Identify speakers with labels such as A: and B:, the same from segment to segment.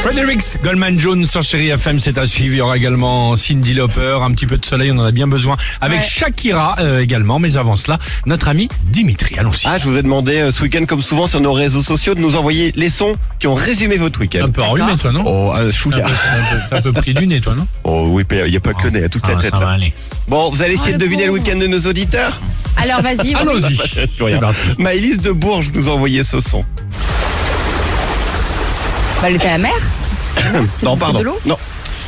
A: Fredericks, Goldman Jones sur Chéri FM, c'est à suivre. Il y aura également Cindy Lauper, un petit peu de soleil, on en a bien besoin. Avec
B: Ouais.
A: Shakira euh, également, mais avant cela, notre ami Dimitri. Allons-y.
C: Ah, je vous ai demandé euh, ce week-end, comme souvent sur nos réseaux sociaux, de nous envoyer les sons qui ont résumé votre
A: T'es
C: week-end.
A: un peu enrhumé, toi, non
C: Oh, euh,
A: T'as un
C: chouïa.
A: peu- t'as un peu- t'as un peu pris du nez, toi, non
C: Oh oui, mais il n'y a pas que le nez, il y a toute la
A: Ah,
C: tête.
A: ça va
C: là.
A: aller.
C: Bon, vous allez essayer
B: Oh,
C: de
B: le
C: deviner le
B: pauvre.
C: week-end de nos auditeurs
B: Alors vas-y. oui.
A: Allons-y.
C: Plus rien.
A: C'est parti.
C: Maëlys de Bourges nous envoyait ce son.
B: Bah, le thé amer. C'est
C: non,
B: c'est
C: pardon.
B: de l'eau
C: non.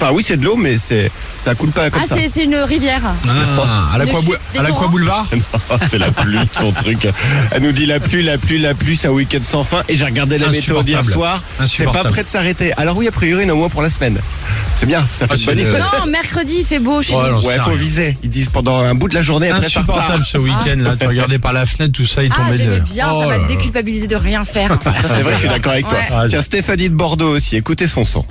C: Enfin, oui, c'est de l'eau, mais c'est ça coule pas comme
B: Ah,
C: ça.
B: c'est c'est une rivière.
A: Ah, à
B: Les
A: l'Aqua-
B: chutes des
A: à l'Aqua
B: torrents.
A: Boulevard
C: Non, c'est la pluie, son truc. Elle nous dit la pluie, la pluie, la pluie, c'est un week-end sans fin. Et j'ai regardé la météo d'hier
A: Insupportable.
C: soir. C'est pas
A: Insupportable.
C: près de s'arrêter. Alors oui, a priori, il y en a au moins pour la semaine. C'est bien, ça fait
A: Ah,
C: une bonne
A: c'est,
C: économie.
A: euh,
B: Non, mercredi il fait beau chez
A: Oh,
B: nous.
A: non,
C: Ouais,
A: c'est
C: faut
A: rien.
C: viser. Ils disent pendant un bout de la journée, après ça repart.
A: Insupportable ce week-end là, tu regardais par la fenêtre, tout ça, il
B: Ah,
A: tombait de.
B: j'aimais bien, ça
A: Oh
B: m'a
A: là là.
B: déculpabilisé de rien faire.
C: Ça, c'est vrai, je suis d'accord avec toi.
A: Ouais.
C: Tiens, Stéphanie de Bordeaux aussi, écoutez son son.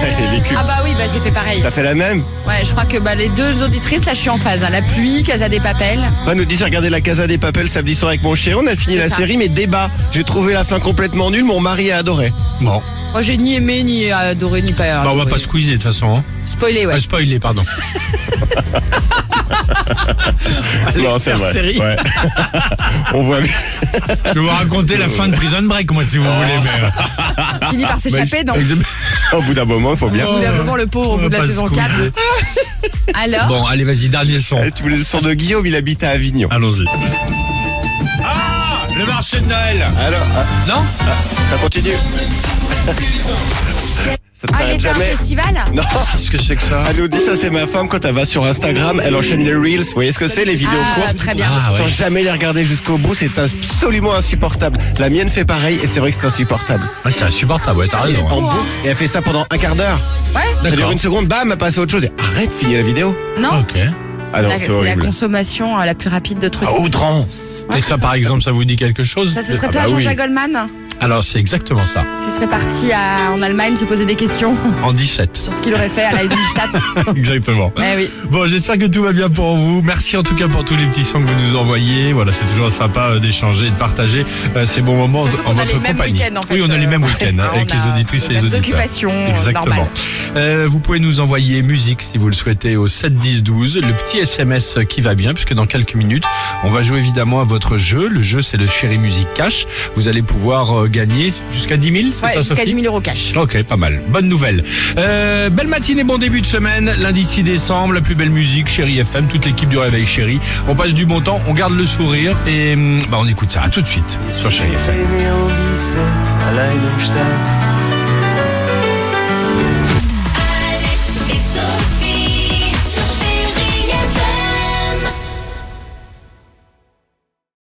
C: Elle est culte.
B: Ah bah oui, bah j'ai fait pareil.
C: T'as fait la même
B: Ouais, je crois que bah, les deux auditrices, là, je suis en phase. hein. La pluie, Casa des Papels.
C: Bah nous dit j'ai regardé la Casa des Papels samedi soir avec mon chéri, on a fini
B: C'est
C: la
B: ça.
C: série, mais débat. J'ai trouvé la fin complètement nulle, mon mari a adoré.
A: Bon,
B: Moi, j'ai ni aimé, ni adoré, ni pas.
A: bah, on va
B: adoré.
A: pas squeezer de toute façon. Hein.
B: Spoiler, ouais.
A: Ah, spoiler, pardon.
C: non, c'est vrai. Ouais. on voit bien.
A: Je vais vous raconter la fin de Prison Break, moi, si vous voulez. mais, euh,
B: Fini par s'échapper dans
A: bah, je-
C: Au bout d'un moment, il faut bien.
B: Au bout d'un moment, le pauvre, au
A: On
B: bout de
A: va
B: la
A: pas
B: saison
A: se
B: 4.
A: coucher.
B: Alors
A: Bon, allez, vas-y, dernier son.
C: Eh, Tu voulais le son de Guillaume, il habite à Avignon.
A: Allons-y. Ah Le marché de Noël
C: Alors, ah,
A: Non
C: ça continue. ça ne
B: Ah, il
C: s'arrête
B: était à un
C: jamais.
B: festival
C: Non,
A: Qu'est-ce que c'est que ça
C: elle nous dit ça, c'est ma femme quand elle va sur Instagram, elle enchaîne les reels. Vous voyez ce que c'est, les vidéos
B: Ah,
C: courtes
B: très bien.
A: Ah, ouais.
C: Sans jamais les regarder jusqu'au bout, c'est absolument insupportable. La mienne fait pareil et c'est vrai que c'est insupportable.
A: Ouais, C'est insupportable, ouais, t'as raison.
C: En
A: hein.
B: Pourquoi
C: boucle, et elle fait ça pendant un quart d'heure.
B: Ouais
C: Ça dure
A: D'accord.
C: une seconde, bam, elle passe à autre chose et arrête, finis la vidéo.
B: Non
A: Ok. Et
C: Ah non,
B: La-
C: c'est
B: C'est la
C: horrible.
B: consommation euh, la plus rapide de
A: Ah,
B: trucs.
C: À outrance.
B: Ouais,
A: ça,
B: c'est
A: par exemple, ça vous dit quelque chose
B: Ça, ce serait
C: Ah
B: pas
C: bah oui.
B: Jean-Jacques Goldman
A: Alors, c'est exactement ça.
B: Ce serait parti à- en Allemagne se poser des questions
A: En 17.
B: sur ce qu'il aurait fait à la Liebstadt.
A: exactement.
B: Eh oui.
A: Bon, j'espère que tout va bien pour vous. Merci en tout cas pour tous les petits sons que vous nous envoyez. Voilà, c'est toujours sympa euh, d'échanger et de partager euh, ces bons moments
B: Surtout
A: en
B: qu'on a
A: votre
B: les mêmes
A: compagnie.
B: week-ends, en fait.
A: oui, on a les mêmes
B: Euh,
A: week-ends hein,
B: on
A: avec
B: a
A: les auditrices et les
B: mêmes
A: auditeurs.
B: occupations, euh,
A: Exactement.
B: normales.
A: Euh, vous pouvez nous envoyer musique si vous le souhaitez au 7 10 12, le petit SMS qui va bien puisque dans quelques minutes, on va jouer évidemment à votre jeu. Le jeu c'est le Chéri Musique Cash. Vous allez pouvoir euh, gagner jusqu'à 10 000, c'est
B: Ouais,
A: ça
B: jusqu'à
A: Sophie
B: 10 000 euros cash.
A: Ok, pas mal. Bonne nouvelle. Euh, belle matinée, bon début de semaine. Lundi 6 décembre, la plus belle musique, Chéri FM, toute l'équipe du Réveil Chéri. On passe du bon temps, on garde le sourire et hum, bah, on écoute ça. À tout de suite sur Chéri FM.
D: J'étais né en 17 à Leidenstadt.